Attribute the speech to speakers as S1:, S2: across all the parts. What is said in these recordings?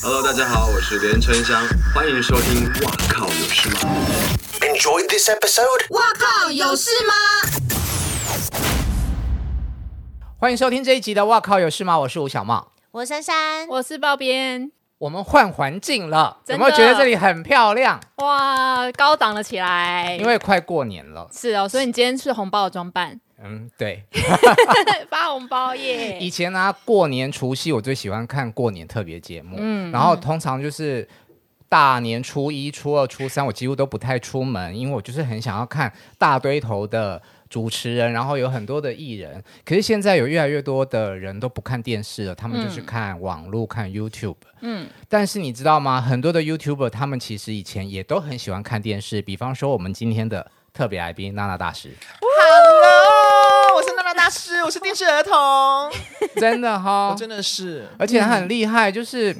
S1: Hello，大家好，我是连春香，欢迎收听。哇靠，有事吗？
S2: Enjoyed this episode?
S3: 哇靠，有事吗？
S4: 欢迎收听这一集的《哇靠有事吗》，我是吴小茂。
S3: 我珊珊，
S5: 我是包边，
S4: 我们换环境了，有
S5: 真
S4: 没
S5: 的
S4: 有觉得这里很漂亮？
S5: 哇，高档了起来。
S4: 因为快过年了，
S5: 是哦，所以你今天是红包的装扮，
S4: 嗯，对。
S5: 发红包
S4: 以
S5: 耶！
S4: 前呢、啊过年除夕我最喜欢看过年特别节目，嗯，然后通常就是大年初一、初二、初三，我几乎都不太出门，因为我就是很想要看大堆头的。主持人，然后有很多的艺人，可是现在有越来越多的人都不看电视了，他们就是看网络、看 YouTube。嗯，但是你知道吗？很多的 YouTuber 他们其实以前也都很喜欢看电视，比方说我们今天的特别来宾娜娜大师。
S6: Hello，我是娜娜大师，啊我是电视儿童，
S4: 真的哈、
S6: 我真的是
S4: 而且他很厉害，就是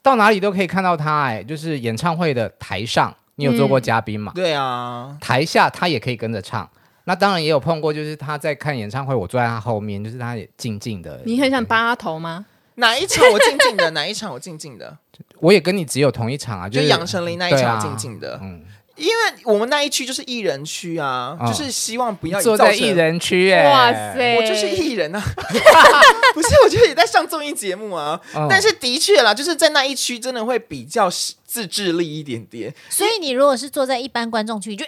S4: 到哪里都可以看到他、哎，就是演唱会的台上，你有做过嘉宾嘛？
S6: 对啊，
S4: 台下他也可以跟着唱。那当然也有碰过，就是他在看演唱会，我坐在他后面，就是他也静静的。
S5: 你很想帮他头吗？
S6: 哪一场我静静的，哪一场我静静的，
S4: 我也跟你只有同一场啊，
S6: 就是杨丞琳那一场我静
S4: 的、
S6: 静的，
S4: 嗯，
S6: 因为我们那一区就是艺人区啊，
S4: 嗯
S6: 就是希望不要
S4: 坐
S6: 造
S4: 在
S6: 成
S4: 艺。人区、哎，
S5: 哇，塞，
S6: 我就是艺人啊，不是，我觉得也在上综艺节目啊，
S4: 嗯
S6: 但是的确啦，就是在那一区真的会比较自制力一点点，
S3: 所以你如果是坐在一般观众区，你就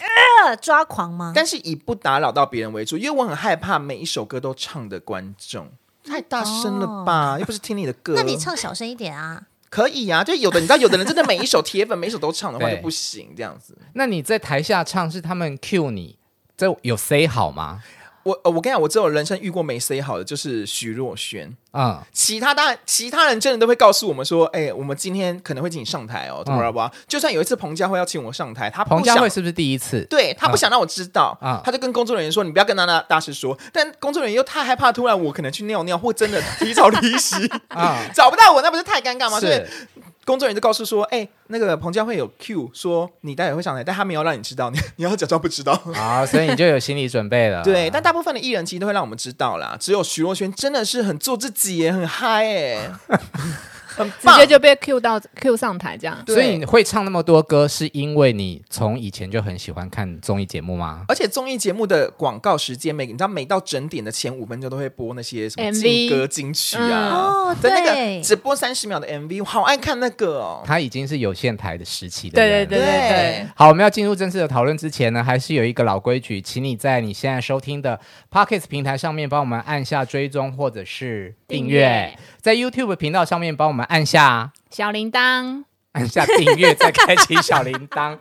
S3: 呃抓狂吗？
S6: 但是以不打扰到别人为主，因为我很害怕每一首歌都唱的观众太大声了吧，又不是听你的歌。
S3: 那你唱小声一点啊！
S6: 可以啊，就有的你知道，有的人真的每一首铁粉每一首都唱的话
S4: 对
S6: 就不行这样子。
S4: 那你在台下唱是他们 cue 你，这有 say 好吗？
S6: 我呃我跟你讲，我只有人生遇过没 say 好的就是徐若瑄，
S4: 嗯，
S6: 其他当然其他人真的都会告诉我们说，哎、我们今天可能会请你上台哦，怎么了吧？就算有一次彭佳慧要请我上台，他不
S4: 嗯彭佳
S6: 想
S4: 慧是不嗯是第一次？
S6: 对他不想让我知道，
S4: 啊
S6: 他就跟工作人员说：“你不要跟娜娜大师说。”但工作人员又太害怕，突然我可能去尿尿或真的提早离席，
S4: 啊
S6: 找不到我，那不是太尴尬吗？所以
S4: 是
S6: 工作人员就告诉说：“哎、那个彭佳慧有 Q 说你待会会上台，但他没有让你知道，你你要假装不知道。”
S4: 好，所以你就有心理准备
S5: 啊
S4: 了。
S6: 对，但大部分的艺人其实都会让我们知道啦。只有徐若瑄真的是很做自己耶，很嗨 耶，很
S5: 直
S6: 棒
S5: 接。就被 Q 到 Q 上台这样。
S6: 对
S4: 所以你会唱那么多歌，是因为你从以前就很喜欢看综艺节目吗？
S6: 而且综艺节目的广告时间，每你知道每到整点的前五分钟都会播那些什么
S5: MV
S6: 劲歌金曲
S5: 嗯
S6: 啊，
S3: 哦
S6: 在那
S3: 对
S6: 个只播三十秒的 MV，我好爱看那个哦。
S4: 他已经是有线台的时期的
S5: 对
S4: 人了。
S5: 对对
S4: 好，我们要进入正式的讨论之前呢，还是有一个老规矩，请你在你现在收听的 Pockets 平台上面帮我们按下追踪或者是订
S5: 订阅
S4: 阅，在 YouTube 频道上面帮我们按下
S5: 小铃铛，
S4: 按下订阅，再开启小铃 铛。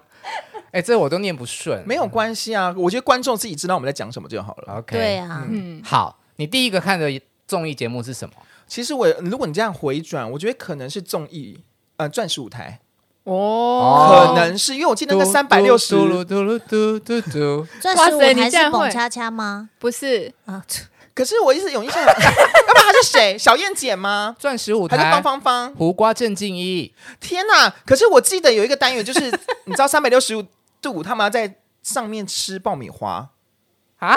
S4: 哎，这我都念不顺，
S6: 没有关系啊，我觉得观众自己知道我们在讲什么就好了。
S4: OK，
S3: 对，啊，
S5: 嗯，
S4: 好，你第一个看的综艺节目是什么？
S6: 其实我，如果你这样回转，我觉得可能是综艺，呃，钻石舞台，
S5: 哦
S6: 可能是因为我记得那三百六十
S4: 嘟噜嘟噜嘟嘟嘟嘟。
S3: 钻
S5: 哇
S3: 石
S5: 塞
S3: 舞
S5: 你
S3: 台
S5: 这
S3: 是
S5: 样
S3: 蹦
S5: 会
S3: 恰恰吗？
S5: 不是
S3: 啊，
S6: 可是 我一直有印象， 要不然他是谁？小燕姐吗？
S4: 钻石舞
S6: 还是
S4: 台
S6: 方，芳芳？
S4: 胡瓜郑敬一，
S6: 天哪！可是我记得有一个单元，就是 你知道三百六十五度他们要在上面吃爆米花
S4: 啊？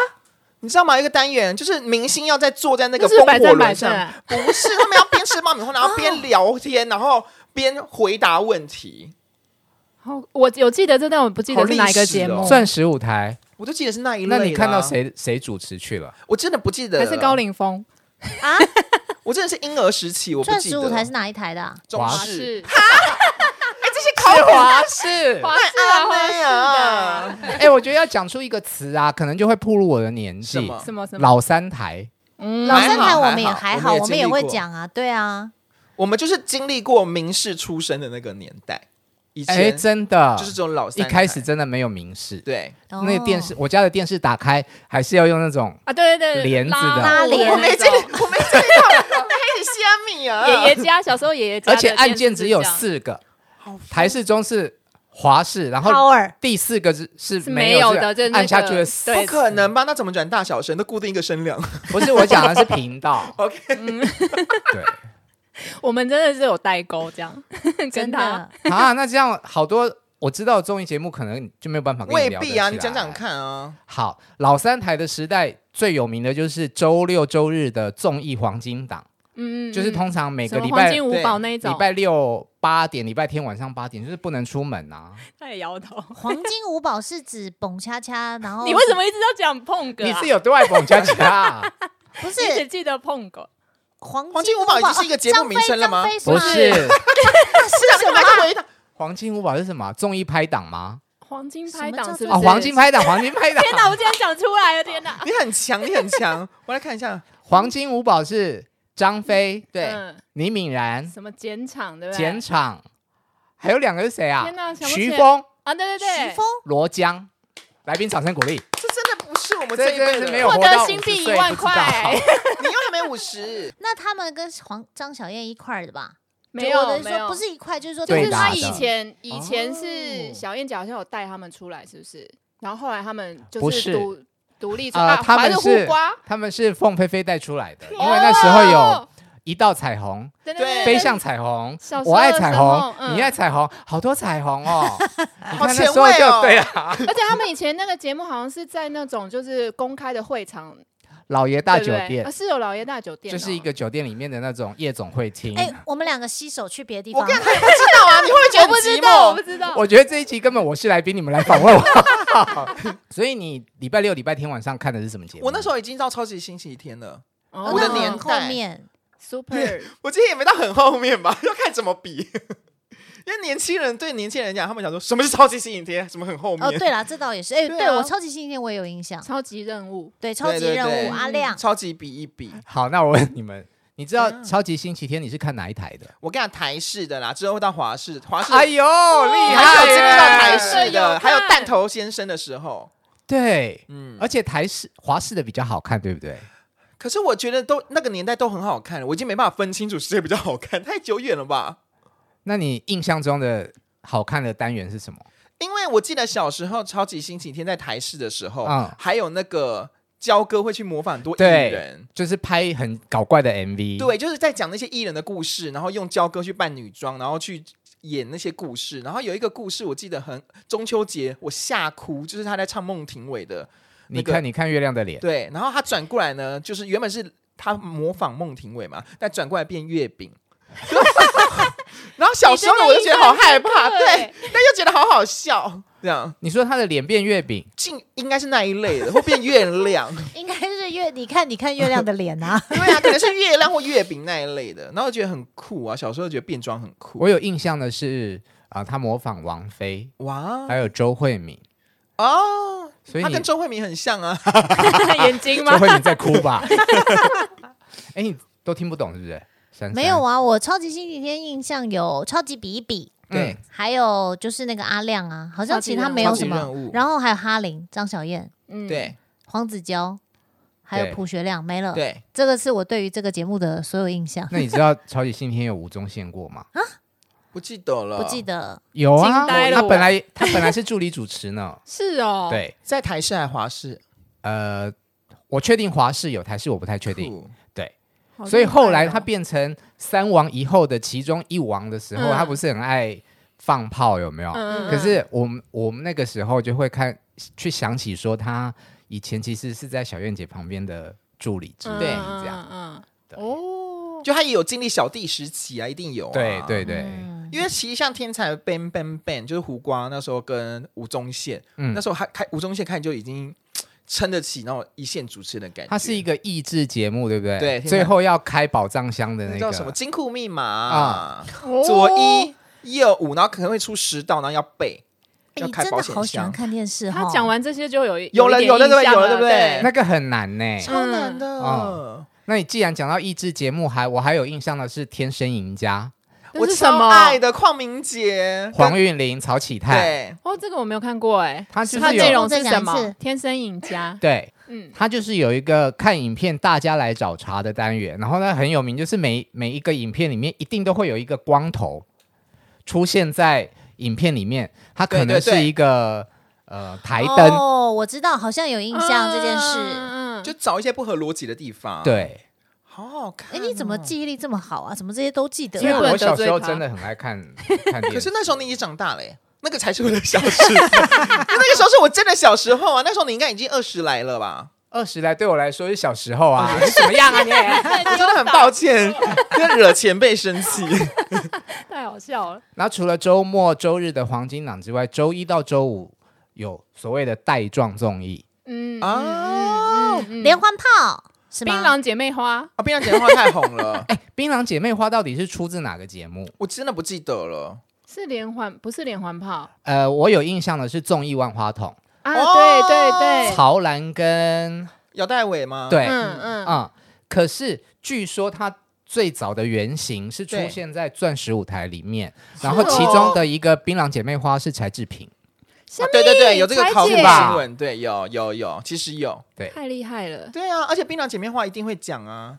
S6: 你知道吗？有一个单元就是明星要在坐在那个
S5: 那是
S6: 风
S5: 百
S6: 火
S5: 战百
S6: 轮上
S5: 胜啊，
S6: 不是他们要边吃爆米花，然后边聊天，然后边回答问题。
S5: 好哦我有记得这，但我不记得是哪一个节
S6: 好
S5: 目
S6: 历哦，史
S4: 钻石舞台。
S6: 我就记得是那一类。
S4: 那你看到？谁谁主持 去了？
S6: 我真的不记得了，
S5: 还是高凌风？
S6: 我真的是婴儿时期，我不
S3: 钻
S6: 记
S3: 石
S6: 得。
S3: 舞台是哪一台的啊？
S6: 中
S4: 华
S6: 视，哎
S4: 是华视。
S5: 华视啊，华视的
S6: 啊，
S4: 哎、我觉得要讲出一个词啊，可能就会暴露我的年
S6: 什
S4: 纪。
S6: 么
S5: 什么什么嗯
S4: 老三台，
S3: 老三
S6: 还
S3: 台
S6: 好
S3: 我们也
S6: 还
S3: 还
S6: 好
S3: 好，
S6: 我
S3: 我
S6: 们
S3: 们
S6: 也
S3: 也
S6: 经历
S3: 会
S6: 过
S3: 讲啊，对啊，
S6: 我们就是经历过明视出生的那个年代，以
S4: 哎、
S6: 前
S4: 真的，
S6: 就是这种老三
S4: 一
S6: 台
S4: 开始真的没有明视，
S6: 对，
S3: 哦
S4: 那个电视，我家的电视打开还是要用那种
S5: 啊，对对对，
S4: 帘子的
S3: 拉帘
S6: 我没
S5: 那
S6: 经历，
S5: 种
S6: 我没经历到，我黑虾米啊！
S5: 爷爷家小时候爷爷家，
S4: 而且按键只有，四个，台式、中式、华视，然后
S3: Power
S4: 第四个是是
S5: 是
S4: 没
S5: 没有
S4: 这啊个
S5: 的就是那
S4: 按下去
S5: 个
S4: 的四，
S6: 不
S5: 对
S6: 可能吧？那怎么转大小声？都固定一个 声量。。
S4: 不是我讲的是频道
S6: OK，
S4: 对
S5: 我们真的是有代沟这样，
S3: 真
S5: 跟他
S3: 的。
S4: 啊， 那这样好多我知道的综艺节目可能就没有办法跟
S6: 未
S4: 你聊得
S6: 必啊，
S4: 起
S6: 你讲
S4: 来
S6: 讲。看啊。
S4: 好，老三台的时代最有名的就是周六周日的综艺黄金档，
S5: 嗯，嗯
S4: 就是通常每
S5: 什
S4: 个
S5: 么
S4: 礼
S5: 黄
S4: 拜
S5: 金
S4: 礼
S5: 五宝那一种，
S4: 拜六八点，礼拜天晚上八点，就是不能出门 啊。
S7: 他也摇头。
S3: 黄金五宝是指蹦恰恰，然后
S7: 你为什么一直要讲碰哥、啊？
S4: 你是有对外捧佳佳 啊？
S3: 不是
S7: 你只记得碰哥，
S3: 黄
S6: 黄金
S3: 五
S6: 五宝已经是一个节目名称了吗
S3: 张飞
S4: 不
S3: 张飞
S4: 是，
S3: 是什么啊？
S4: 黄金五宝是什么？综艺拍档吗？
S5: 黄金拍档是
S3: 什么叫
S5: 不
S4: 啊，
S5: 是？
S4: 黄金拍档，黄金 拍档。
S7: 天哪！我竟然讲出来了！天哪！
S6: 你很强，你很强。 我来看一下，
S4: 黄金五宝是张飞， 对，
S7: 嗯，
S4: 倪敏然、
S5: 什么剪场对不对？
S4: 简场，还有两个是谁啊
S5: 天哪？想不起
S4: 徐峰、
S5: 啊，对对对，
S3: 徐峰
S4: 罗江。来宾掌声鼓励，
S6: 这真的不是我们
S4: 这
S6: 这一辈
S4: 真的
S6: 的
S4: 是没有
S5: 获
S4: 活
S5: 得
S4: 到
S5: 新
S4: 50
S5: 币一
S4: 岁
S5: 万
S4: 不知
S5: 块哎
S4: 道
S6: 你又还没五 十，
S3: 那他们跟黄张小燕一块儿的吧？
S5: 没
S3: 就我
S5: 有
S3: 的
S5: 没
S3: 说
S5: 有，
S3: 不是一块，就是说
S5: 就
S4: 对
S5: 是
S4: 的
S5: 他
S4: 的
S5: 以前以前
S4: 哦
S5: 是小燕姐好像有带他们出来，是不是？然后后来他们
S4: 不
S5: 就是独独立出
S4: 呃
S5: 啊，
S4: 他们
S5: 还
S4: 是
S5: 互瓜，
S4: 他们是凤飞飞带出来的，因为那时候有
S5: 哦
S4: 一道彩虹，
S5: 对
S6: 对
S4: 飞向彩虹
S5: 小，时候
S4: 我爱彩
S5: 的
S4: 虹
S5: 时，候嗯
S4: 你爱彩虹，好多彩虹 哦。你
S6: 好
S4: 看
S6: 前
S4: 那时候
S6: 卫哦
S4: 就对啊，
S5: 而且他们以前那个节目好像是在那种就是公开的会场
S4: 老爷大
S5: 对不
S4: 酒
S5: 对
S4: 店
S5: 啊是有老爷大酒店哦，
S4: 就是一个酒店里面的那种夜总会厅。
S3: 哎、我们两个携手去别的地
S6: 我
S3: 方
S6: 跟，你还不知道啊？你会不会觉得
S5: 我哦不
S6: 很
S5: 知
S6: 寂
S5: 道，我不
S6: 寞？
S5: 知 道，
S4: 我觉得这一集根本我是来宾，你们来访问我。 所以你礼拜六、礼拜天晚上看的是什么节目？
S6: 我那时
S4: 候
S6: 候已经到超级星期天了，
S3: 哦
S5: 哦
S6: 我的
S3: 那
S6: 年
S3: 很
S6: 代
S3: 后面，
S5: super
S6: 我今天也没到很后面吧， 要看怎么比。因为年轻人对年轻人讲，他们想说什么是超级星期天，什么很后面。
S3: 哦，对啦，这倒也是，哎、
S6: 对啊
S3: 对我超级星期天我也有印象，
S5: 超级 任务，
S3: 对，超级
S6: 对
S3: 任务
S6: 对嗯
S3: 阿
S5: 啊
S3: 亮，
S6: 超级比一比，
S4: 好，那我问你们，你知道
S6: 嗯
S4: 《超级星期天》你是看哪一台的？
S6: 我跟你讲台式的啦，之后会到华式，华式
S4: 哎呦，哎厉
S6: 还有
S4: 害
S6: 经历到台
S4: 耶！
S6: 式
S5: 有
S6: 的，还
S5: 看
S6: 有弹头先生的时候，
S4: 对，
S6: 嗯，
S4: 而且台式、华式的比较好看，对不对？
S6: 可是我觉得都那个年代都很好看，我已经没办法分清楚谁比较好看，太久远了吧？
S4: 那你印象中的好看的单元是什么？
S6: 因为我记得小时候超级星期天在台视的时候，
S4: 嗯
S6: 还有那个焦哥会去模仿很多艺
S4: 对
S6: 人。
S4: 就是拍很搞怪的 MV。
S6: 对，就是在讲那些艺人的故事，然后用焦哥去扮女装，然后去演那些故事。然后有一个故事我记得很中秋节，我吓哭，就是他在唱孟庭苇的，
S4: 你
S6: 那个
S4: 看，你看月亮的脸，
S6: 对，然后他转过来呢，就是原本是他模仿孟庭苇嘛，但转过来变月 饼。然后小时候我就觉得好害怕，
S5: 你真的印象深
S6: 对，但又觉得好好笑，这样
S4: 你说他的脸变月饼，
S6: 近应该是那一类的，会变月亮，，
S3: 应该是月，你看你看月亮的脸啊
S6: 对啊，可能是月亮或月饼那一类的，然后我觉得很酷啊，小时候觉得变装很酷，
S4: 我有印象的是啊、他模仿王菲，
S6: 哇
S4: 还有周慧敏，
S6: 哦，
S4: 所以
S6: 他
S4: 你
S6: 跟周慧敏很像啊，
S7: 眼睛吗
S4: 周？慧敏在哭 吧？哎、你都听不懂是不是？珊珊
S3: 没有，啊，我超级星期天印象有超级比一比，
S4: 对，
S3: 还有就是那个阿亮啊，好像
S5: 超级
S3: 其他
S5: 任务
S3: 没有什
S6: 超级任
S3: 么
S6: 务，
S3: 然后还有哈林、张小燕、
S5: 嗯，
S6: 对
S3: 黄子佼，还有
S4: 对
S3: 朴学亮，没了。
S6: 对，
S3: 这个是我对于这个节目的所有印象，
S4: 那你知道超级星期天有吴宗宪过吗？
S6: 不记得了，
S3: 不记得。
S4: 有啊，
S7: 惊呆了
S4: 他
S7: 我
S4: 本来他本来是助理主持呢。
S5: 是哦，，
S4: 对，
S6: 在台视还华视，
S4: 呃，我确定华视有台视，我不太确定。
S6: 酷
S4: 对，
S5: 好
S4: 所以
S5: 厉害
S4: 后来
S5: 哦
S4: 他变成三王一后的其中一王的时候，
S5: 嗯
S4: 他不是很爱放炮，有没有？
S5: 嗯
S4: 可是我们我们那个时候就会看去想起说，他以前其实是在小燕姐旁边的助理之类
S6: 对
S4: 这样。，
S5: 嗯
S4: 对
S5: 嗯哦，
S6: 就他也有经历小弟时期啊，一定有、啊，
S4: 对对对，
S3: 嗯，
S6: 因为其实像天才 Bang Bang Bang 就是胡瓜那时候跟吴宗宪，
S4: 嗯
S6: 那时候他开吴宗宪开始就已经嘖撑得起那种一线主持人的感觉。
S4: 它是一个益智节目，对不对？
S6: 对
S4: 最后要开宝藏箱的
S6: 那
S4: 那
S6: 叫
S4: 个
S6: 什么金库密码
S4: 啊
S6: 啊，左一右五，然后可能会出十道，然后要背，
S3: 哎
S6: 要
S3: 你
S6: 开
S3: 真
S6: 保
S3: 的
S6: 险
S3: 好喜欢
S6: 箱，
S3: 看电视哈。
S5: 他讲完这些就有一
S6: 有了
S5: 一点
S6: 有了对不对
S5: 印象
S6: 有了对不对
S4: 那个很难呢、
S6: 超难的。
S4: 嗯那你既然讲到益智节目，还我还有印象的是《天生赢家
S5: 那
S6: 我
S5: 是什
S6: 超
S5: 么
S6: 爱的邝明杰》，，
S4: 黄韵玲、曹启泰，
S6: 对，
S5: 哦，这个我没有看过哎，
S4: 他就是
S5: 它
S4: 有
S5: 内容是什
S3: 再讲一
S5: 么
S3: 次？
S5: 天生赢家，
S4: 对，
S5: 嗯，
S4: 它就是有一个看影片大家来找茬的单元，然后呢很有名，就是每每一个影片里面一定都会有一个光头出现在影片里面，它可
S6: 对
S4: 能
S6: 对对
S4: 是一个呃台灯，
S3: 哦，我知道，好像有印象这件事。
S5: 嗯，
S6: 就找一些不合逻辑的地方，，
S4: 对，
S6: 好好看。哦
S3: 哎，你怎么？
S6: 嗯
S3: 记忆力这么好啊？怎么这些都记得
S4: 因为
S3: 啊？
S5: 不能
S4: 我小
S5: 得罪
S4: 时候
S5: 他
S4: 真的很爱 看看
S6: 可
S4: 电
S6: 是
S4: 视，
S6: 那时候你已经长大了耶，那 个才是我的小时候，那个时候是我真的小时候啊，那时候你应该已经二十来了吧？
S4: 二十来对我来说是小时候啊，你怎么样啊你？
S6: 我真的很抱歉，因为惹前辈生气。
S5: 太好笑了。
S4: 然后除了周末、周日的黄金档之外，周一到周五有所谓的带状综艺，
S5: 嗯
S6: 啊
S5: 嗯嗯
S3: 连环炮是
S5: 槟
S3: 吗？
S5: 榔姐妹花，
S6: 啊！冰榔姐的话太红了，
S4: 哎，《槟榔姐妹花》到底是出自哪个节目？
S6: 我真的不记得了。
S5: 是连环，不是连环炮
S4: 呃，我有印象的是综艺万花筒，
S5: 啊！
S6: 哦
S5: 对对对，
S4: 曹兰跟
S6: 姚黛伟吗？，
S4: 对，
S5: 嗯嗯
S4: 嗯，可是据说它最早的原型是出
S6: 对
S4: 现在钻石舞台里面，然后其中的一个槟榔姐妹花是柴智屏，
S5: 虾
S6: 啊
S5: 米
S6: 对对对，有这个考古
S5: 柴姐
S6: 新闻，对，有有有，其实有。
S5: 太厉害了。
S6: 对啊，而且冰榔姐妹花一定会讲啊，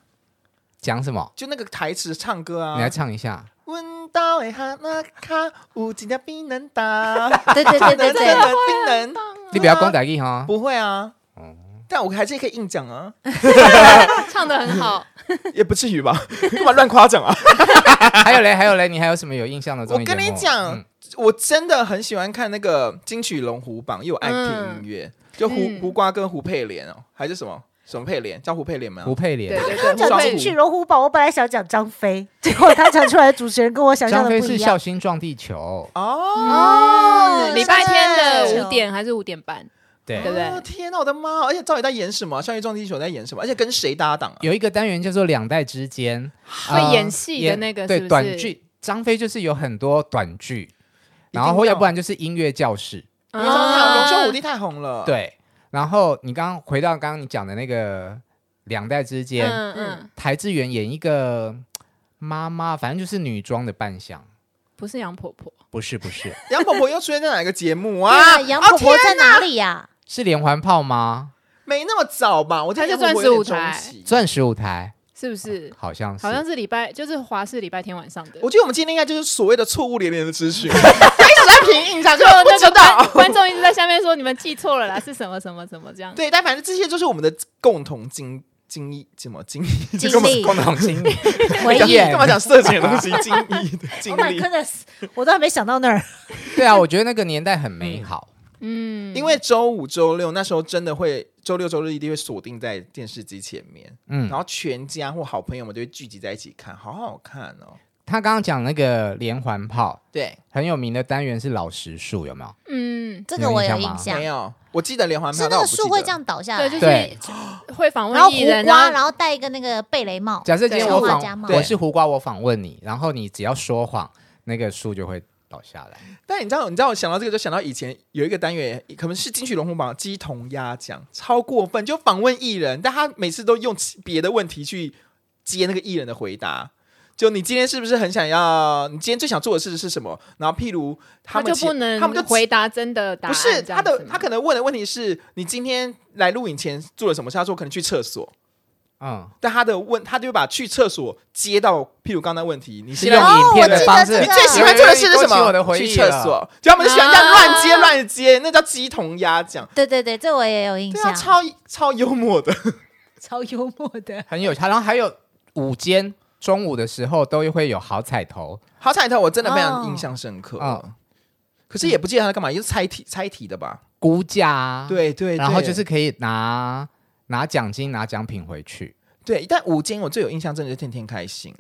S4: 讲什么？
S6: 就那个台词唱歌
S4: 你来
S6: 啊。
S4: 唱一下。
S6: 问到诶哈那卡，有几条冰能 打，
S3: 对对对对
S6: 能
S3: 对，
S6: 能冰能，
S4: 你不要光打一哈，
S6: 不会啊。但我还是可以硬讲啊，
S5: 唱的很好，
S6: 也不至于吧？ 干嘛乱夸奖啊？
S4: 还有嘞，还有嘞，你还有什么有印象的综艺
S6: 我
S4: 节目？
S6: 跟你讲
S4: 嗯
S6: 我真的很喜欢看那个金曲龙虎榜，因为我爱听音乐，就胡
S5: 嗯
S6: 胡瓜跟胡佩莲哦，还是什么什么佩莲，叫胡佩莲吗？
S4: 胡佩
S5: 对
S4: 莲、
S6: 对
S5: 对对，
S6: 对
S5: 双
S6: 双
S5: 虎
S6: 虎
S3: 讲进去龙虎堡，我本来想讲张飞，结果他讲出来的主持人跟我想象
S4: 张
S3: 的
S4: 飞
S3: 不
S4: 是
S3: 一
S4: 孝
S3: 样。
S4: 心撞地球，
S6: 哦，
S5: 哦，礼拜天
S3: 是
S5: 的五点还是五点半？
S4: 对
S5: 对不对
S6: 天哪，我的妈！而且到底在演什么？少女撞地球在演什么？而且跟谁搭档啊？
S4: 有一个单元叫做两代之间，
S5: 会
S4: 呃
S5: 演戏的那个
S4: 演
S5: 是
S4: 对
S5: 不是
S4: 短剧，张飞就是有很多短剧，
S6: 定
S4: 然后或
S6: 要
S4: 要不然就是音乐教室，
S6: 因为张太
S5: 啊
S6: 龙秀虎弟太红了，，
S4: 对。然后你刚刚回到刚刚你讲的那个两代之间，
S5: 嗯嗯，
S4: 台志远演一个妈妈，反正就是女装的扮相，
S5: 不是杨婆婆，
S4: 不是不是，
S6: 杨婆婆又出现在哪个节目
S3: 对啊，
S6: 啊？
S3: 杨婆婆在哪里呀？
S4: 是连环炮吗？
S6: 没那么早吧？我在
S5: 她就
S6: 钻石
S5: 钻石舞
S6: 舞
S5: 台
S6: 台。
S4: 钻石舞台
S5: 是不是？
S4: 好像是，
S5: 好像是礼拜，就是华视礼拜天晚上的。
S6: 我觉得我们今天应该就是所谓的错误连连的 资讯，一直在评印象，就不
S5: 那
S6: 知
S5: 个
S6: 道
S5: 观。观众一直在下面说你们记错了啦，是什么什么什么这样。
S6: 对，但反正这些就是我们的共同经经历，什么经历？
S3: 经
S6: 这干嘛
S3: 历
S4: 共同经历
S3: 回
S6: 讲
S3: 忆。
S6: 干嘛讲色情的东西？经历的经
S3: Oh my
S6: 历，
S3: goodness，我都还没想到那儿。
S4: 对啊，我觉得那个年代很美好。
S5: 嗯，
S6: 因为周五、周六那时候真的会，周六、周日一定会锁定在电视机前面，
S4: 嗯
S6: 然，后全家或好朋友们就会聚集在一起看，好好看哦。
S4: 他刚刚讲那个连环炮
S6: 对，
S4: 很有名的单元是老实树，有没有？
S5: 嗯，
S3: 这个我有
S4: 你有印象
S3: 印
S4: 吗
S3: 象
S6: 没，有，我记得连环
S3: 是
S6: 炮，
S3: 那
S6: 但
S3: 个
S6: 我不记
S3: 树会
S6: 得
S3: 这。样倒下
S5: 对，
S3: 来，
S4: 对
S5: 就是会访
S3: 然后
S5: 问
S3: 胡
S5: 艺人，
S3: 瓜，
S5: 啊然
S3: 然
S5: 后
S3: 后戴一个那个贝雷帽，
S4: 假设今天
S5: 对
S4: 我
S3: 小画家
S4: 访
S3: 嘛
S4: 我是胡瓜，我访问你，然后你只要说谎，那个树就会倒下来。
S6: 但你知道，你知道，我想到这个就想到以前有一个单元，可能是金曲龙虎榜鸡同鸭讲，超过分，就访问艺人，但他每次都用其别的问题去接那个艺人的回答。就你今天是不是很想要？你今天最想做的事是什么？然后譬如他们
S5: 就
S6: 其
S5: 不能
S6: 他们就
S5: 回答真的答
S6: 不
S5: 案，
S6: 是
S5: 这
S6: 他
S5: 样
S6: 的
S5: 子，吗
S6: 他可能问的问题是你今天来录影前做了什么事？他说可能去厕所，
S4: 嗯，
S6: 但他的问他就把去厕所接到，譬如刚才问题，你
S4: 是
S6: 现
S4: 用
S5: 啊
S6: 在
S4: 影
S3: 哦
S4: 片
S3: 我
S4: 的
S3: 记
S4: 方
S3: 得
S4: 式。
S3: 这
S6: 你
S3: 个
S6: 最喜欢做的事是什
S4: 勾起
S6: 么？
S4: 我的回忆
S6: 去厕所，就他们就喜欢这样乱接乱接，那叫鸡同鸭讲。
S3: 对对对，这我也有印
S6: 对啊，
S3: 象，
S6: 超超幽默的。
S3: 超幽默的。
S4: 很有趣。然后还有午间、中午的时候都会有好彩头，
S6: 好彩头，我真的非
S3: 哦
S6: 常印象深刻。
S4: 嗯
S6: 可是也不记得他在干嘛，也是猜题猜题的吧？
S4: 估价啊，
S6: 对对，
S4: 然后
S6: 对
S4: 就是可以拿拿奖金、拿奖品回去。
S6: 对。但午间我最有印象，真的是天天开心。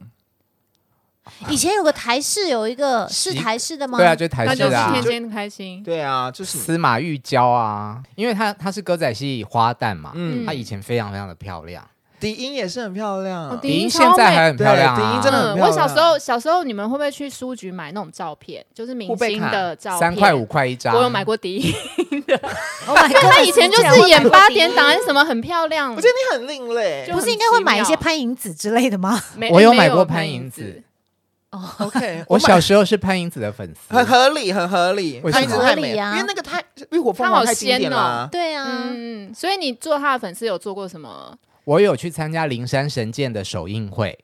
S3: 以前有个台式，有一个是
S4: 习
S3: 台式的吗？
S4: 对啊，就是台
S5: 那
S4: 式
S5: 就是
S4: 的、啊
S5: 天，天开心。
S6: 对啊，就是
S4: 司马玉娇啊，因为她她是歌仔戏花旦嘛，
S6: 嗯，
S4: 她以前非常非常的漂亮，
S6: 迪英也是很漂亮
S5: 哦。
S4: 李英
S5: 超美
S4: 现在还很漂亮
S6: 对李
S4: 啊，
S6: 英真的很
S5: 嗯，
S6: 漂
S5: 我
S6: 亮
S5: 小时候小时候你们会不会去书局买那种照片，就是明
S6: 护贝
S5: 星
S6: 卡
S5: 的照片？
S4: 三块五，块一张，
S5: 我有买过第一。
S3: Oh my god，
S5: 他以前就是演 八点档，还
S3: 我
S5: 是什么很漂亮
S6: 我觉，得你很另类
S5: 就。
S3: 不是应该会买一些潘迎紫之类的吗？
S5: 没
S4: 我有
S5: 没
S4: 买
S5: 有
S4: 过
S5: 潘
S4: 潘
S5: 迎
S4: 迎紫，
S6: OK，
S4: 我
S6: 买
S4: 小时候是潘迎紫的粉丝，
S6: 很合理，很合理。
S4: 为什
S6: 她一
S4: 么
S6: 直太
S3: 合
S6: 美，
S3: 理啊
S6: 因为那个太浴火凤凰太经典了啊。
S3: 对啊，
S5: 嗯，嗯所以你做他的粉丝有做过什么？
S4: 我有去参加灵山神剑的首映会，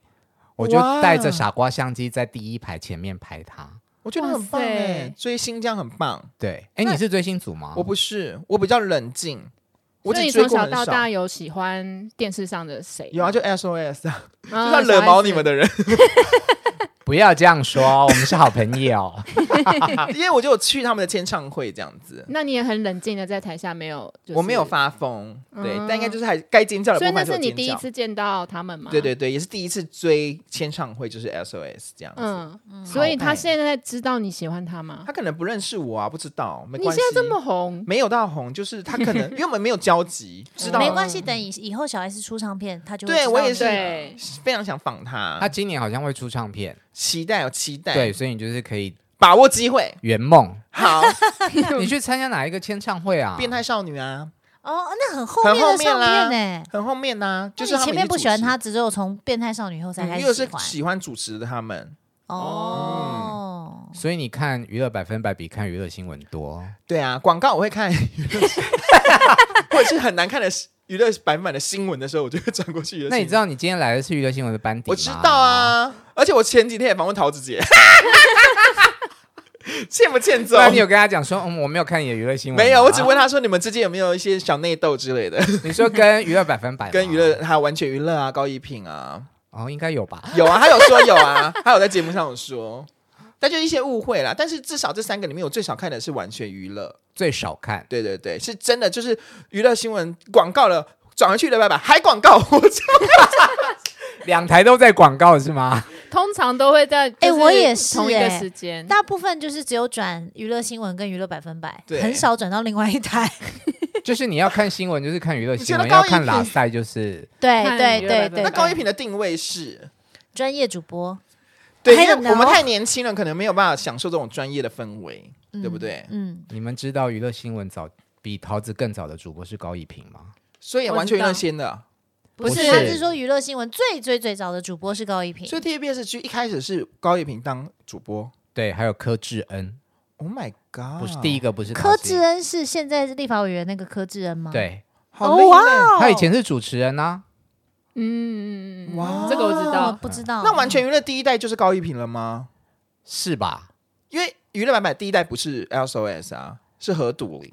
S4: 我就
S6: 哇
S4: 带着傻瓜相机在第一排前面拍她。
S6: 我觉得很棒
S5: 哇
S6: 哎
S5: 塞，
S6: 追星这样很棒。
S4: 对，哎，你是追星族吗？
S6: 我不是，我比较冷静。我
S5: 啊所以
S6: 只
S5: 你
S6: 追
S5: 从
S6: 过
S5: 小
S6: 很
S5: 到
S6: 少。
S5: 大有喜欢电视上的谁？嗯
S6: 有啊，就 SOS 啊，就
S5: 就
S6: 是要惹毛你们
S5: 的。
S6: 的人。
S4: 不要这样 说，哦我们是好朋友。哦
S5: 啊
S6: 因为我就有去他们的签唱会这样子，
S5: 那你也很冷静的在台下没有，就是
S6: 我没有，发疯，对，
S5: 嗯
S6: 但应该就是还该尖叫的部
S5: 所以
S6: 分
S5: 那
S6: 还是
S5: 是
S6: 有
S5: 你
S6: 尖
S5: 第一
S6: 叫。
S5: 次见到他们吗？
S6: 对对对，也是第一次追签唱会，就是 SOS 这样子。
S5: 嗯，所以
S6: 好
S5: 他
S6: 爱
S5: 现在知道你喜欢他吗？
S6: 他可能不认识我啊，不知道，没
S5: 你
S6: 关
S5: 现
S6: 系。
S5: 在这么红，
S6: 没有到红，就是他可 能因为我们没有交集，知道嗯
S3: 没关系，等以以后小 S 出唱片，他就会
S6: 对
S3: 知道
S6: 我也
S3: 你
S6: 是
S7: 对
S6: 非常想仿他，
S4: 他今年好像会出唱片，
S6: 期待有期待，
S4: 对，，所以你就是可以
S6: 把握机会。
S4: 圆梦。
S6: 好，
S4: 你去参加哪一个签唱会啊？
S6: 变态少女啊，
S3: 哦，那很后
S6: 很
S3: 面的
S6: 后面
S3: 唱
S6: 啦
S3: 片呢。
S6: 很后面呐、就是
S3: 那
S6: 他
S3: 你
S6: 们
S3: 前
S6: 已
S3: 面
S6: 经
S3: 不
S6: 主
S3: 喜欢
S6: 持
S3: 他，，只有从变态少女后才
S6: 嗯
S3: 开
S6: 因为
S3: 始
S6: 是
S3: 欢。
S6: 喜欢主持的他们，
S3: 哦，
S4: 所以你看娱乐百分百比看娱乐新闻多。
S6: 对啊，广告我会看娱乐新闻，或者是很难看的娱乐百分百的新闻的时候，我就会转过去娱乐新闻。
S4: 那你知道你今天来的是娱乐新闻的班底吗？
S6: 我知道，啊，而且我前几天也访问桃子姐， 欠不欠揍
S4: 不？然你有跟他讲说，嗯，我没有看你的娱乐新闻吗，
S6: 没有，我只问他说你们之间有没有一些小内斗之类的，
S4: 你说跟娱乐百分百吗，
S6: 跟娱乐还有完全娱乐啊、高一品啊，
S4: 哦，应该有吧？
S6: 有啊，他有说有啊，他有在节目上有说，但就一些误会啦。但是至少这三个里面，我最少看的是完全娱乐，
S4: 最少看，
S6: 对对对，是真的，就是娱乐新闻广告了，转回去了拜拜，还广告，我操！
S4: 两台都在广告是吗？
S5: 通常都会在
S3: 哎
S5: 就是
S3: 我也是
S5: 同一个
S3: 哎
S5: 时间。
S6: 嗯
S3: 大部分就是只有转娱乐新闻跟娱乐百分百，
S6: 对
S3: 很少转到另外一台。
S4: 就是你要看新闻，就是看娱乐新闻；
S6: 你觉得
S4: 要
S6: 高一
S4: 看拉
S6: 平
S4: 赛，就是
S3: 对
S5: 看
S3: 对
S5: 娱
S3: 对
S5: 乐百分
S6: 那
S5: 百
S3: 对，
S6: 高一品的定位是。
S3: 专业主播，
S6: 对，因
S3: I
S6: 为
S3: don't know
S6: 我们太年轻了，可能没有办法享受这种专业的氛围，
S3: 嗯
S6: 对不对？
S3: 嗯，
S4: 你们知道娱乐新闻早比桃子更早的主播是高一平吗？
S6: 所以
S5: 我
S6: 完全
S5: 知
S6: 娱乐
S5: 道
S6: 新的，
S3: 不
S4: 不
S3: 是，
S4: 是
S3: 他是说娱乐新闻最最最早的主播是高一平，
S6: 所以 TVBS 剧一开始是高一平当主播。
S4: 对，还有柯智恩，
S6: Oh my god！
S4: 不是第一
S6: 个，
S4: 个，不是
S3: 柯
S4: 桃子
S3: 智，恩是现在立法委员那个柯智恩吗？，哦
S4: 对
S6: 好累
S3: Oh,
S6: 呢。
S4: 他以前是主持人啊，
S5: 嗯嗯嗯嗯，
S6: 哇
S5: 哇，这个我知
S3: 哦
S5: 道，。
S3: 不知道，
S6: 那完全娱乐第一代就是高一平了吗？
S4: 是吧？
S6: 因为娱乐版本第一代不是 SOS 啊，是何笃林。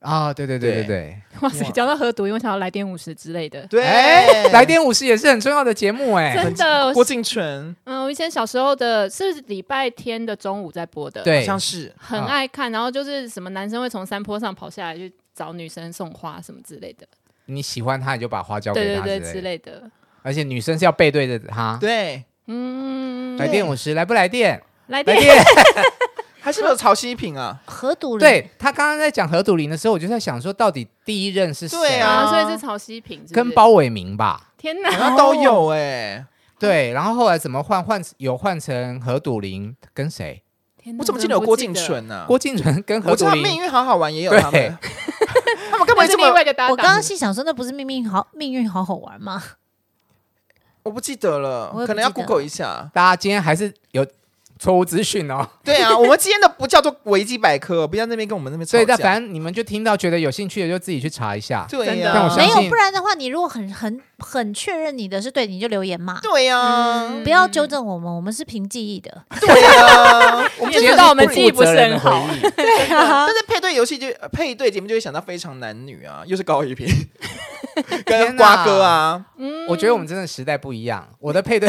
S4: 啊，对对对对
S6: 对
S4: 对，
S5: 哇塞，讲到合毒，因为想要来点五十之类的，
S6: 对，
S4: 哎，来电五十也是很重要的节目哎。
S5: 真的。
S6: 郭
S5: 我
S6: 敬淳，
S5: 嗯，我以前小时候的是礼拜天的中午在播的，，
S6: 好
S4: 对，
S6: 像是
S4: 哎
S5: 很爱看。然后
S6: 啊
S5: 就是什么男生会从山坡上跑下来去找女生送花什么之类的，
S4: 你喜欢他，你就把花交
S5: 对
S4: 给
S5: 对
S4: 他
S5: 对
S4: 之
S5: 之
S4: 类的。
S5: 类的。
S4: 而且女生是要背对着他。
S6: 对，
S5: 嗯，
S4: 来电五十，来不来电？
S5: 来
S4: 来
S5: 点
S4: 电。
S6: 还是不是有曹希平啊？
S3: 何笃林，
S4: 对他刚刚在讲何笃林的时候，我就在想说，到底第一任是谁？
S6: 对啊
S5: 啊，所以是曹希平，是不是
S4: 跟包伟明吧。
S5: 天
S6: 好像
S5: 哪，
S6: 都有哎，
S4: 对，然后后来怎么换换有换成何笃林跟谁？
S5: 天哪
S6: 我怎么记得有郭敬？淳呢？
S4: 郭敬淳跟
S6: 啊
S4: 何
S6: 我知
S4: 笃
S6: 道命
S4: 林。
S6: 运好好玩也有
S4: 对
S6: 他们，他们根本
S5: 根本是
S6: 这
S5: 另
S6: 么
S5: 外一个搭档。
S3: 我刚刚是想说，那不是命运好命运好好玩吗？
S6: 我不记得了
S3: 我也不，
S6: 可能要
S3: 记得
S6: Google 一下。
S4: 大家今天还是有错误资讯哦，
S6: 对啊， 我们今天的不叫做维基百科，不要那边跟我们那边
S4: 所以
S6: 吵
S4: 但
S6: 架
S4: 反正你们就听到觉得有兴趣的就自己去查一下。
S6: 对啊
S5: 真
S6: 呀、
S5: 的
S4: 但我相
S3: 没
S4: 信
S3: 有，不然的话，你如果很很很确认你的是对，你就留言嘛，
S6: 对呀、
S8: 嗯
S3: 不要
S5: 嗯
S3: 纠正我们，我们是凭记忆 的。
S6: 对呀、我们
S5: 也
S6: 就
S5: 觉
S6: 是
S5: 得我们记忆不是很好
S4: 不负责任的回忆。
S5: 啊
S6: 但是配对游戏就呃配对节目就会想到非常男女啊，又是高一平跟
S4: 天哪
S6: 瓜哥啊，
S4: 我觉得我们真的时代不一样。我的配对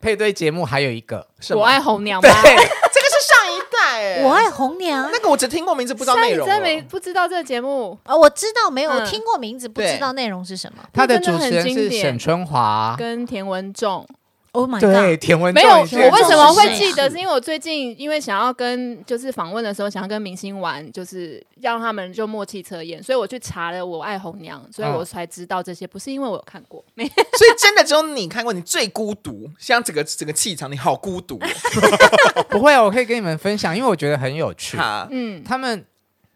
S4: 配对节目还有一个，
S6: 什么
S5: 我爱红娘吧
S4: 对，，
S6: 这个是上一代、欸，
S3: 我爱红娘
S5: 嗯
S6: 那个我只听过名字不知道
S5: 像
S6: 内
S5: 你
S6: 容
S5: 真没
S6: 了。
S5: 不知道这个节目
S3: 啊，我知道没有，我
S5: 嗯
S3: 听过名字，不
S6: 对
S3: 知道内容是什么。
S4: 他的
S5: 真
S4: 主
S5: 的
S4: 持
S5: 很
S4: 人是
S5: 经典
S4: 沈春华，
S5: 跟田文仲
S3: Oh my
S4: 对
S3: god！
S4: 田文
S5: 没
S4: 仲
S5: 有，我
S4: 也是很
S5: 为什么会记得？
S4: 重视
S5: 是因为我最近因为想要跟就是访问的时候，想要跟明星玩，就是让他们就默契测验，所以我去查了《我爱红娘》，所以
S6: 嗯
S5: 我才知道这些，不是因为我有看过，没
S6: 所以真的只有你看过，你最孤独，像整个整个气场，你好孤独、哦
S4: 不会啊，我可以跟你们分享，因为我觉得很有趣。
S6: 哈，
S5: 嗯，
S4: 他们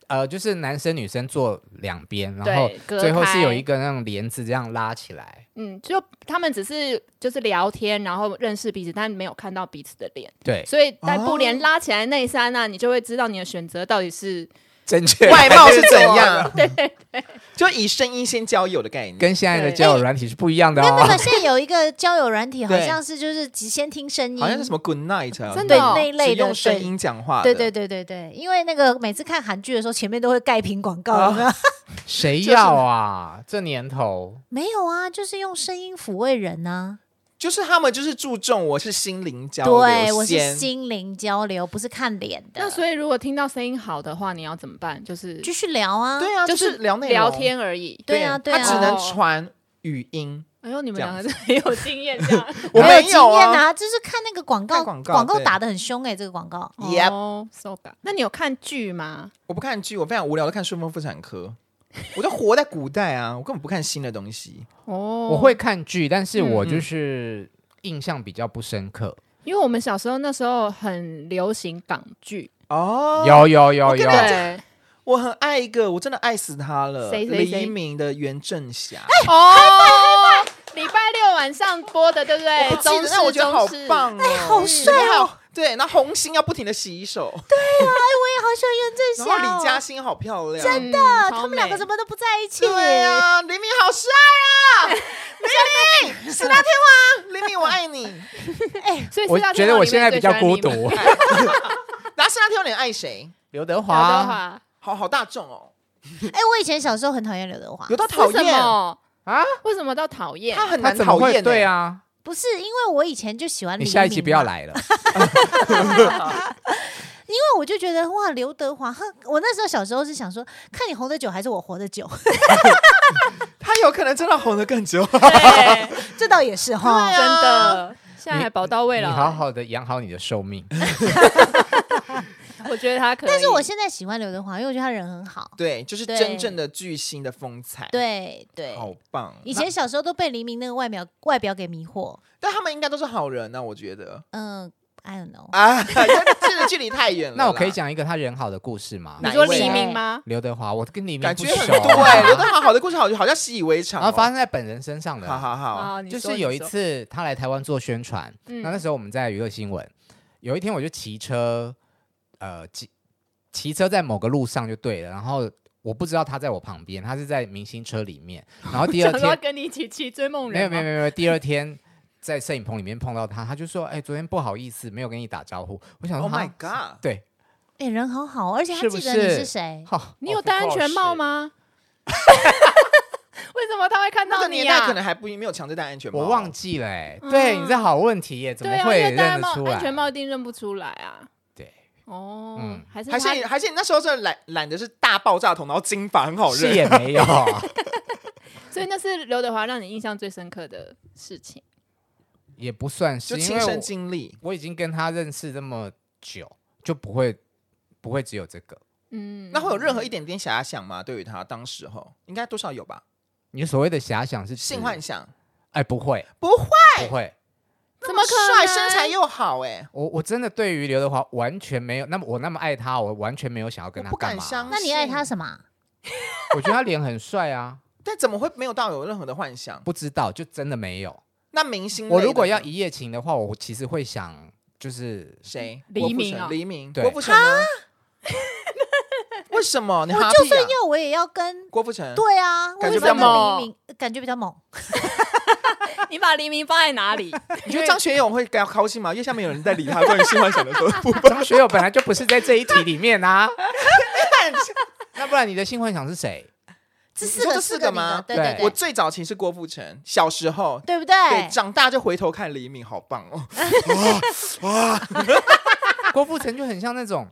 S4: 呃，就是男生女生坐两边，然
S5: 对
S4: 后
S5: 隔
S4: 最后
S5: 开
S4: 是有一个那种帘子这样拉起来。
S5: 嗯，就他们只是就是聊天，然后认识彼此，但没有看到彼此的脸，
S4: 对，
S5: 所以在布
S4: 哦
S5: 帘拉起来那一刹那，你就会知道你的选择到底是
S4: 正确
S6: 外貌是怎样？
S5: 对，
S6: 就以声音先交友的概念。
S4: 跟现在的交友软体是不一样的
S8: 没有没有，没 有
S4: 哦。
S8: 现在有一个交友软体，好
S6: 对
S8: 像是就是只先听声音，
S6: 好像是什么 Good Night 啊，
S5: 真的
S8: 对
S5: 哦
S8: 那一类
S6: 只
S8: 的
S6: 用声。音讲话的。啊
S8: 对对对对对对，因为那个每次看韩剧的时候，前面都会盖屏广
S6: 啊
S8: 告，有没有
S4: 谁要啊？这年头，
S8: 没有啊，就是用声音抚慰人
S3: 啊
S8: 呐、
S6: 就是他们就是注重我是心灵交
S8: 啊。
S6: 流
S8: 对，我是
S6: 先
S8: 心灵交流，不是看脸的。
S5: 那所以如果听到声音好的话，你要怎么办？就是
S8: 继续聊啊，
S6: 对啊，
S5: 就
S6: 就是聊内容
S5: 聊，天而已。
S8: 对啊对啊
S6: 他只能传语音，
S5: 哎呦，你们
S6: 这
S5: 两
S6: 样
S5: 个是很有经验，这样
S6: 我
S8: 还有
S6: 没
S8: 经验
S6: 啊，
S8: 啊，就是看那个广告，
S6: 看广告对
S8: 打的很凶哎、这个 广告
S6: Yep
S5: 哦，so bad。那你有看剧吗？
S6: 我不看剧，我非常无聊，我都看《顺风妇产科》，我就活在古代啊，我根本不看新的东西。
S5: 哦，
S4: 我会，看剧，但是我
S6: 嗯嗯
S4: 就是印象比较不深刻。
S5: 因为我们小时候那时候很流行港剧，
S6: 哦，
S4: 有有有
S6: 跟
S4: 有
S6: 大，家
S5: 对，
S6: 我很爱一个，我真的爱死他了，
S5: 谁谁谁
S6: 黎明的袁振霞，
S5: 哦，礼拜六晚上播的，对不对？
S6: 我不记
S5: 哎中
S6: 得，
S5: 式
S6: 但我觉得好
S5: 中式哎
S6: 棒哦，
S8: 好帅哦
S6: 然后还有！对，然后红星要不停的洗手，
S8: 好喜欢
S6: 然
S8: 袁振
S6: 后
S8: 霞、
S6: 李嘉欣好漂亮，
S5: 啊真的，
S8: 哦他
S5: 他
S8: 们两个怎么都不在一起？
S6: 对啊，黎明好 帅啊！黎明，四大天王，黎明我爱你。
S5: 所以
S4: 我
S5: 四大
S4: 觉
S5: 天
S4: 得
S5: 王
S4: 我
S5: 里
S4: 现在比
S5: 面最
S4: 较
S5: 喜欢
S4: 孤
S5: 你
S4: 独
S5: 吗。。
S6: 然后四大天王你爱谁？
S4: 刘德
S5: 刘
S6: 啊
S5: 德
S4: 华
S5: 华
S6: 好好大众哦，
S8: 哎、我以前小时候很讨厌刘德华
S6: 有，到讨
S5: 为什
S6: 厌，
S5: 么？
S4: 啊，
S5: 为什么到讨厌？
S6: 他很
S4: 他
S6: 难
S4: 怎么
S6: 讨
S4: 会？
S6: 厌。欸
S4: 对，啊，
S8: 不是因为我以前就喜欢
S4: 你
S8: 黎明
S4: 下一期不要
S8: 嘛，
S4: 来了。
S8: 因为我就觉得哇，刘德华，哼，我那时候小时候是想说，看你红得久还是我活得久，
S6: 他有可能真的红的更 久。
S5: 对，
S8: 这倒也是
S6: 啊
S8: 哈。
S5: 哦真的，现在还保到位
S4: 你
S5: 了。
S4: 好好的养好你的寿命。
S5: 我觉得他可以，
S8: 但是我现在喜欢刘德华，因为我觉得他人很好。
S6: 对，就是
S8: 对
S6: 真正的巨星的风采。，
S8: 对对，
S6: 好棒。
S8: 以前小时候都被黎明那个外表外表给迷惑，
S6: 但他们应该都是好人啊呢，我觉得
S8: 嗯、i don't know，
S6: 啊，这距离太远了。
S4: 那我可以，讲一个他人好的故事吗
S5: 你
S6: 哪？一
S5: 说
S6: 位
S5: 黎明吗？
S4: 刘德华，我跟黎明
S6: 感
S4: 不
S6: 觉很
S4: 熟
S6: 对，刘德
S4: 啊，
S6: 华好的故事好，好像习以为常
S4: 然
S6: 哦。
S4: 后发生在本人身上
S6: 好
S4: 的，
S6: 好好，
S5: 啊，你
S4: 就
S5: 说
S4: 是有一，次他来台湾做宣传，
S5: 嗯
S4: 那那时候我们在娱乐新闻，有一天我就骑车，呃，骑骑车在某个路上就对了，然后我不知道他在我旁边，他是在明星车里 面，然后
S5: 你
S4: 第
S5: 说
S4: 二
S5: 想说要
S4: 天
S5: 跟你一起去追梦
S4: 没有
S5: 人吗，
S4: 没有没有没有，第二天在摄影棚里面碰到他，他就说，哎，昨天不好意思，没有跟你打招呼，我想说
S6: Oh my
S4: 哈，
S6: God！
S4: 对，
S8: 哎、人好好，而且他
S4: 是不
S8: 记得你
S4: 是
S8: 是谁。
S4: 好，
S5: 你有戴安全帽？吗？ 为什么他会看
S6: 那
S5: 到
S6: 个
S5: 你啊
S6: 年代
S5: 呀
S6: 可？能还不没有强制戴安全帽，
S4: 我忘记了、欸，对你这好问题耶，怎
S5: 对
S4: 么
S5: 啊，
S4: 会
S5: 因为
S4: 认
S5: 戴
S4: 得
S5: 安帽
S4: 出来？
S5: 安全帽一定认不出来啊。
S4: 对，
S5: 哦
S4: 嗯，
S5: 还是
S6: 还是
S5: 他
S6: 你还是你那时候是懒懒的是大爆炸头，然后金发很好
S4: 是
S6: 认。
S4: 也没 有，
S5: 所以那是刘德华让你印象最深刻的事情。
S4: 也不算是，
S6: 就
S4: 因
S6: 亲
S4: 为
S6: 身
S4: 我
S6: 经历，
S4: 我已经跟他认识这么久，就不会不会只有这个。
S5: 嗯，
S6: 那会有任何一点点遐想吗？对于他当时候应该多少有吧，
S4: 你所谓的遐想是指
S6: 性幻？想
S4: 哎，不会，
S6: 不会，
S4: 不会，
S5: 怎么可
S6: 帅，
S5: 能
S6: 身材又好，哎，
S4: 我我真的对于刘德华完全没有，那么我那么爱他，我完全没有想要跟
S6: 我
S4: 他
S6: 不
S4: 干
S6: 敢
S4: 嘛。啊
S6: 相信。
S8: 那你爱他？什么？
S4: 我觉得他脸很帅啊，
S6: 但怎么会没有到有任何的幻想？
S4: 不知道就真的没有。
S6: 那明星类的呢，
S4: 我如果要一夜情的话，我其实会想就是
S6: 谁？
S5: 黎
S6: 郭富
S5: 明
S6: 城
S5: 啊
S6: 黎明，
S4: 对
S6: 郭富城呢？ 为什么你
S8: 我
S6: 哈
S8: 就
S6: 屁
S8: 算
S6: 啊？
S8: 要，我也要跟。
S6: 郭富城，
S8: 对啊，我
S6: 感觉比
S8: 也
S6: 较
S8: 要
S5: 猛
S8: 跟黎明，呃感觉比较猛。
S5: 你把黎明放在 哪里？
S6: 你觉得张学友会感到高兴吗？因为下面有人在理他关于性幻想的时候，不
S4: 张学友本来就不是在这一题里面啊。 那不然你的性幻想是谁？
S8: 这
S6: 你
S8: 四
S6: 说这
S8: 个
S6: 四
S8: 四
S6: 个
S8: 个
S6: 吗
S8: 吗？对
S4: 对
S8: 对
S6: 我
S8: 对，
S6: 最早其实是郭富城，小时候。
S8: 对不对？
S6: 对，长大就回头看黎明，好棒哦！
S4: 郭富城就很像那种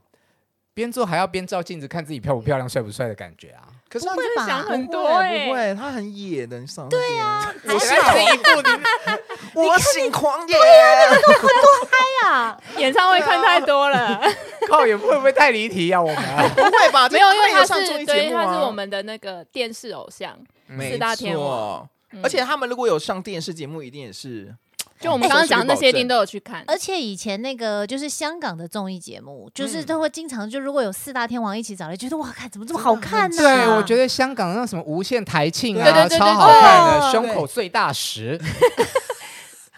S4: 边做还要边照镜子看自己漂不漂亮、帅不帅的感觉啊。
S6: 可是
S8: 不
S6: 他
S8: 会
S6: 真的
S8: 吧
S6: 想
S5: 很多欸
S6: 不会，他很野的，你上对啊，
S4: 我是一部里面
S6: 我心狂野，
S5: 啊
S8: 呀，
S5: 演唱会看太多
S6: 啊
S5: 了，
S4: 靠，也会不会太离题啊？我们
S6: 不会吧？
S5: 没有，因
S6: 这
S5: 为
S6: 个
S5: 他
S6: 上综
S5: 是
S6: 艺
S5: 对，
S6: 节目啊
S5: 他是我们的那个电视偶像，
S4: 哦
S5: 四大天王。嗯
S6: 没错而且他们如果有上电视节目，一定也是
S5: 就我们刚刚讲的那些，一定
S6: 都
S5: 都有去看。
S8: 而且以前那个就是香港的综艺节目，就是
S6: 嗯
S8: 都会经常就如果有四大天王一起找来，觉得哇，看怎么这么好看呢？
S4: 对，我觉
S8: 得
S4: 得香港那什么无限台庆
S5: 啊对对
S4: 啊，
S5: 对对
S4: 超好看
S6: 对
S4: 的，胸口最大十，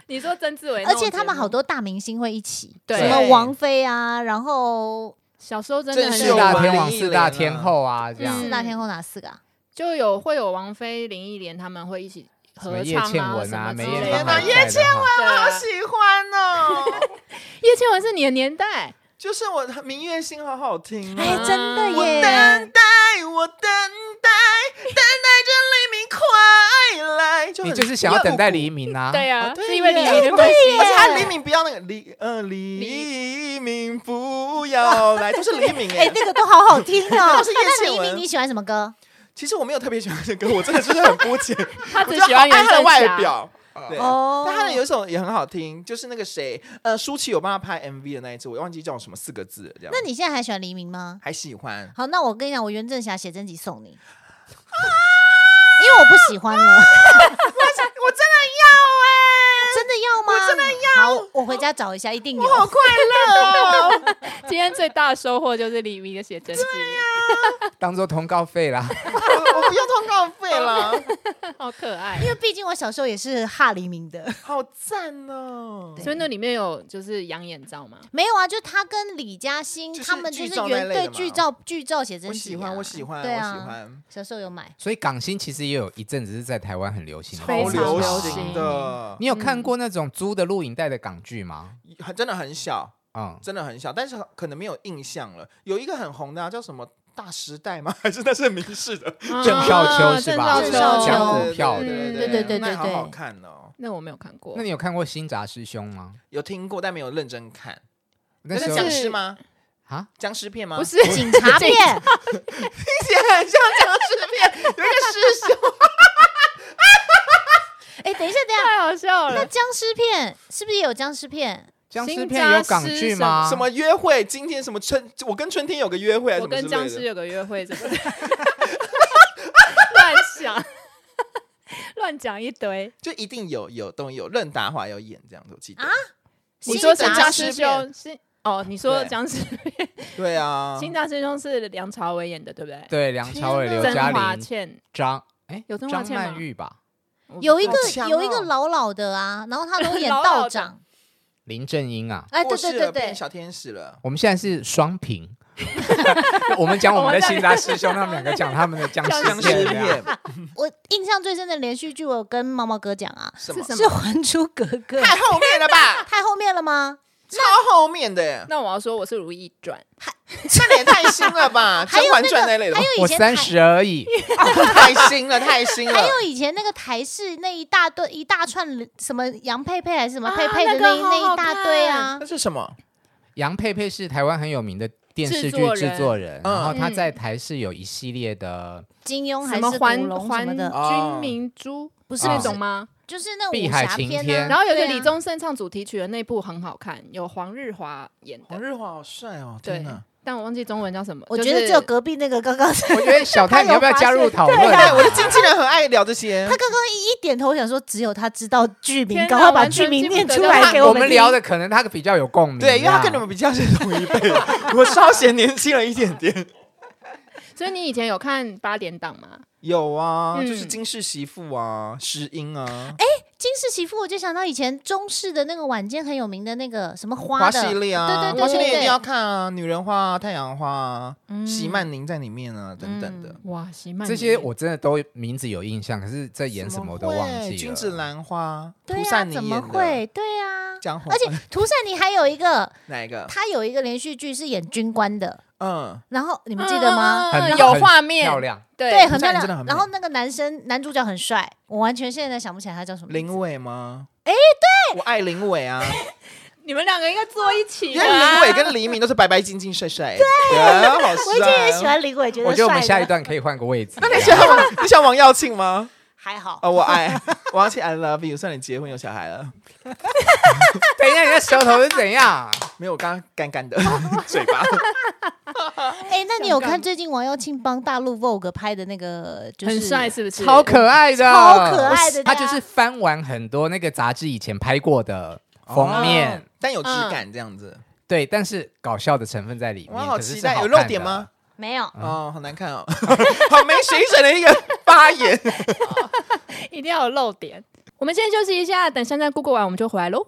S5: 你说曾志伟那
S8: 而
S5: 种节目，
S8: 且他们好多大明星会一起，
S5: 对
S8: 什么王菲啊，然后
S5: 小时候真的
S6: 郑
S5: 很
S6: 秀
S4: 四
S5: 有
S6: 文
S4: 大天王、
S6: 林忆
S4: 四大
S6: 莲啊
S4: 天后啊，这样
S5: 嗯
S8: 四大天后哪四个啊？
S5: 就有会有王菲、林忆莲他们会一起
S4: 什
S5: 合
S4: 么叶
S5: 倩
S4: 倩
S5: 啊
S4: 文
S5: 什
S4: 啊，
S5: 么
S4: 梅
S5: 之
S4: 艳
S5: 类
S4: 芳
S5: 的。
S4: 还
S5: 对啊
S4: 在的话，
S6: 好喜欢哦，
S5: 叶倩文是你的年
S4: 啊
S5: 代，
S6: 就是我的《明月心》好好听
S8: 哎，
S6: 啊。
S8: 真的
S6: 我
S8: 耶
S6: 等！待，我等待，等待着黎明快来。就
S4: 你
S6: 很
S4: 就是想要等待黎
S6: 明，
S4: 明啊。
S5: 对啊，
S6: 对
S5: 是因为
S6: 耶
S5: 黎明的关系。
S6: 而且他黎明不要那个黎，呃，黎明不要 来，都是黎明哎
S8: 哎，。那个都好好 听哦。
S6: 都是叶
S8: 那
S6: 倩
S8: 黎
S6: 文
S8: 明你喜欢什么歌？
S6: 其实我没有特别喜欢这歌，我真的就是很肤 浅，
S5: 他
S6: 我
S5: 只
S6: 就
S5: 喜
S6: 好
S5: 欢
S6: 爱
S5: 袁
S6: 他的
S5: 振
S6: 外
S5: 霞。
S6: 表。对，
S8: 哦
S6: 但他的有一首也很好听，就是那个谁，呃，舒淇有帮他拍 MV 的那一次，我忘记叫什么四个字了这样。
S8: 那你现在还喜欢黎明吗？
S6: 还喜欢？
S8: 好，那我跟你讲，我袁振霞写真集送你，因为我不喜欢了。
S6: 我真的欸要
S8: 真的要吗？真的要。好，我回家找一下，一定有。
S6: 哎、快乐哦！
S5: 今天最大的收获就是黎明的写真集，
S4: 当做通告费啦。
S6: 我我不用通告费了，
S5: 好可爱
S8: 因。为毕竟我小时候也是哈黎明的，
S6: 好赞哦！
S5: 所以那里面有就是养眼照吗？
S8: 没有啊，就他跟李嘉欣
S6: 就是
S8: 他们就是
S6: 剧照那
S8: 原
S6: 类的
S8: 对
S6: 嘛
S8: 剧照剧照写真
S6: 我
S8: 集
S6: 喜
S8: 啊、
S6: 欢，我喜欢，
S8: 对啊，
S6: 我喜。欢，
S8: 小时候有 买，
S4: 所以港星其实也有一阵子是在台湾很流行的，啊
S5: 非
S6: 好
S5: 常流
S6: 行
S5: 行
S6: 的，
S4: 你有看过那种租的录影带的港剧吗？
S6: 很真的很小，
S4: 嗯，
S6: 真的很小，但是可能没有印象了。有一个很红的、啊、叫什么大时代吗？ 还是那是明示的？
S4: 郑少秋是吧
S5: 啊郑少秋
S4: 讲股票的
S5: 嗯
S6: 对
S8: 对对
S6: 那也好
S8: 对
S6: 好看哦。
S5: 那我没有看过。
S4: 那你有看过《新杂师兄》吗？
S6: 有听过，但没有认真看。
S4: 那
S6: 那
S4: 时
S6: 是
S4: 候
S6: 僵尸吗？
S4: 啊，
S6: 僵尸片吗？
S5: 不，是
S8: 警察片，
S6: 听起来很像僵尸片。有一个师兄，
S8: 哎、等一下，等一 下，
S5: 太好笑
S8: 那
S5: 了。
S8: 僵尸片是不是也有僵尸片？
S4: 僵尸片有港剧吗？
S6: 什么约会？今天什么春？我跟春天有个约会，还是
S5: 我
S6: 什么
S5: 跟
S6: 之类的
S5: 僵尸有个约会，怎么的？ 乱想，乱讲一堆。
S6: 就一定有有都有，任达华有演这样子，我记得
S8: 啊。
S5: 你说
S8: 新
S5: 新
S8: 杂
S5: 大师
S8: 志
S6: 片
S5: 兄是哦？你说
S6: 对
S5: 僵尸片
S6: 对啊，
S5: 新大师兄是梁朝伟演的，对不对？
S4: 对，梁朝伟、
S6: 天
S4: 刘
S6: 哪
S5: 曾
S4: 嘉
S5: 华
S4: 玲、
S5: 倩
S4: 张哎
S5: 有曾华
S4: 张
S5: 倩吗
S4: 曼玉吧、
S8: 有一个、
S6: 好强哦
S8: 有一个老老的啊，然后他都演
S5: 老老的
S8: 道 长，
S4: 林正英啊。
S8: 哎、
S6: 过
S8: 对
S6: 世
S8: 对
S6: 了
S8: 对
S6: 变
S8: 对，
S6: 小天使了。
S4: 我们现在是双屏， 我们讲我们的新杂师兄，他们两个讲他们的僵
S6: 僵
S4: 尸
S6: 尸
S4: 片。
S6: 片
S8: 我印象最深的连续剧，我有跟猫猫哥讲啊，
S6: 什么？
S8: 是《还珠格格》
S6: 太后面了 吧，
S8: 太后面了吗？
S6: 超后面的耶，
S5: 那我要说我是《如懿传
S6: 那也太新了 吧，《
S8: 还
S6: 甄
S8: 有
S6: 嬛
S8: 那
S6: 传》那
S8: 个，
S6: 类的吧哦
S8: 还，有以
S4: 我
S8: 前
S4: 三
S8: 台
S4: 十而已，
S6: 太新了，太新
S8: 还
S6: 了。
S8: 有以前那个台式那一大堆一大串什么杨佩佩还是什么
S5: 啊
S8: 佩佩
S5: 那
S8: 的那
S5: 个
S8: 一、
S5: 好
S8: 那
S5: 好
S8: 一大堆啊
S6: 那，是什么？
S4: 杨佩佩是台湾很有名的电视剧
S5: 制作
S4: 制
S5: 人
S4: 作人，
S6: 嗯
S4: 然后她在台视有一系列的
S8: 金庸》，
S5: 什
S8: 还是
S5: 么
S8: 古
S5: 还
S8: 龙什么
S5: 还
S8: 的，
S6: 哦
S5: 君明珠，
S8: 不是
S5: 是那
S4: 啊
S5: 种吗？
S8: 就是那武
S4: 碧海
S8: 侠
S4: 晴
S8: 片啊。
S4: 天
S5: 然后有一个
S8: 对啊
S5: 李，宗盛唱主题曲的那部很好看，有黄日华演
S6: 黄
S5: 的，
S6: 日华好帅哦，
S5: 对
S6: 天哪！
S5: 但我忘记中文叫什么。
S8: 我
S5: 就
S8: 觉得
S5: 是
S8: 只有隔壁那个刚刚 他
S4: 我觉得小泰，你要不要加入讨 论、啊
S6: 对，我的经纪人很爱聊这些。
S8: 刚刚一一点头，我想说只有他知道剧名，
S5: 天哪
S8: 赶快把
S5: 完全
S8: 剧名
S5: 记不
S8: 念
S5: 得
S8: 出
S5: 了啊
S8: 来
S5: 他
S8: 给
S4: 我
S8: 们
S4: 们
S8: 听
S4: 聊的可能他比较有共鸣啊，
S6: 对，因为他跟你们比较是同一辈， 我稍显年轻了一点点。
S5: 所以你以前有看八点档吗？
S6: 有啊，
S5: 嗯
S6: 就是金氏媳妇啊，石英啊，
S8: 金氏媳妇，我就想到以前中式的那个晚间很有名的那个什么花
S6: 花
S8: 的，
S6: 系列啊，
S8: 对对
S6: 花
S8: 对
S6: 系
S8: 对
S6: 列一定要
S8: 对，
S6: 看啊，女人花啊，太阳花啊，席曼宁在里面啊，等等的。
S5: 哇，席曼
S4: 这些我真的都名字有印象，可是在演什
S6: 怎
S4: 么我都忘记
S6: 会
S4: 了。
S6: 君子兰花，
S8: 对
S6: 涂
S8: 啊，
S6: 善你
S8: 怎么会？对啊，
S6: 江红，
S8: 而且涂善你还有一个，
S6: 哪一个？
S8: 他有一个连续剧是演军官的，
S6: 嗯，
S8: 然后你们记得吗？
S5: 嗯
S4: 很
S5: 有画面，
S4: 漂亮，
S8: 对，
S5: 对，
S8: 很漂
S6: 真的很
S8: 亮。
S6: 美
S8: 然后那个男生男主角很帅，我完全现在想不起来他叫什么名字。
S6: 林伟吗？哎，对，我爱林伟 啊，
S5: 你们两个应该坐一起
S6: 因
S5: 的
S6: 为
S5: 啊。
S6: 林伟跟黎明都是白白净净、帅帅的，对，好帅。啊
S8: 我以前也喜。欢林伟，觉
S4: 我
S8: 得
S4: 觉得我们下
S8: 帅
S4: 一
S8: 的。
S4: 段可以换个位置。
S6: 那你喜欢王？你喜欢王耀庆吗？
S8: 还好，
S6: 哦，我爱王耀庆，I love you。算你结婚有小孩了，
S4: 等一下，你的舌头是怎样？
S6: 没有，我刚刚干 干的嘴巴。
S8: 哎，那你有看最近王耀庆帮大陆 Vogue 拍的那个，就是
S5: 很帅，是不是？
S4: 超可爱的，
S8: 超可爱的对
S4: 他
S8: 啊
S4: 就是翻完很多那个杂志以前拍过的封面
S6: 哦，但有质感这样子。
S4: 对，但是搞笑的成分在里面。
S6: 哇，好
S4: 可是
S6: 期
S4: 是
S6: 待！有
S4: 看的啊
S6: 露点吗？？
S8: 没有？
S6: 哦，好难看哦， 好没水准的一个发言。
S5: 一定要有露点。我们先休息一下，等珊珊 Google 完我们就回来喽。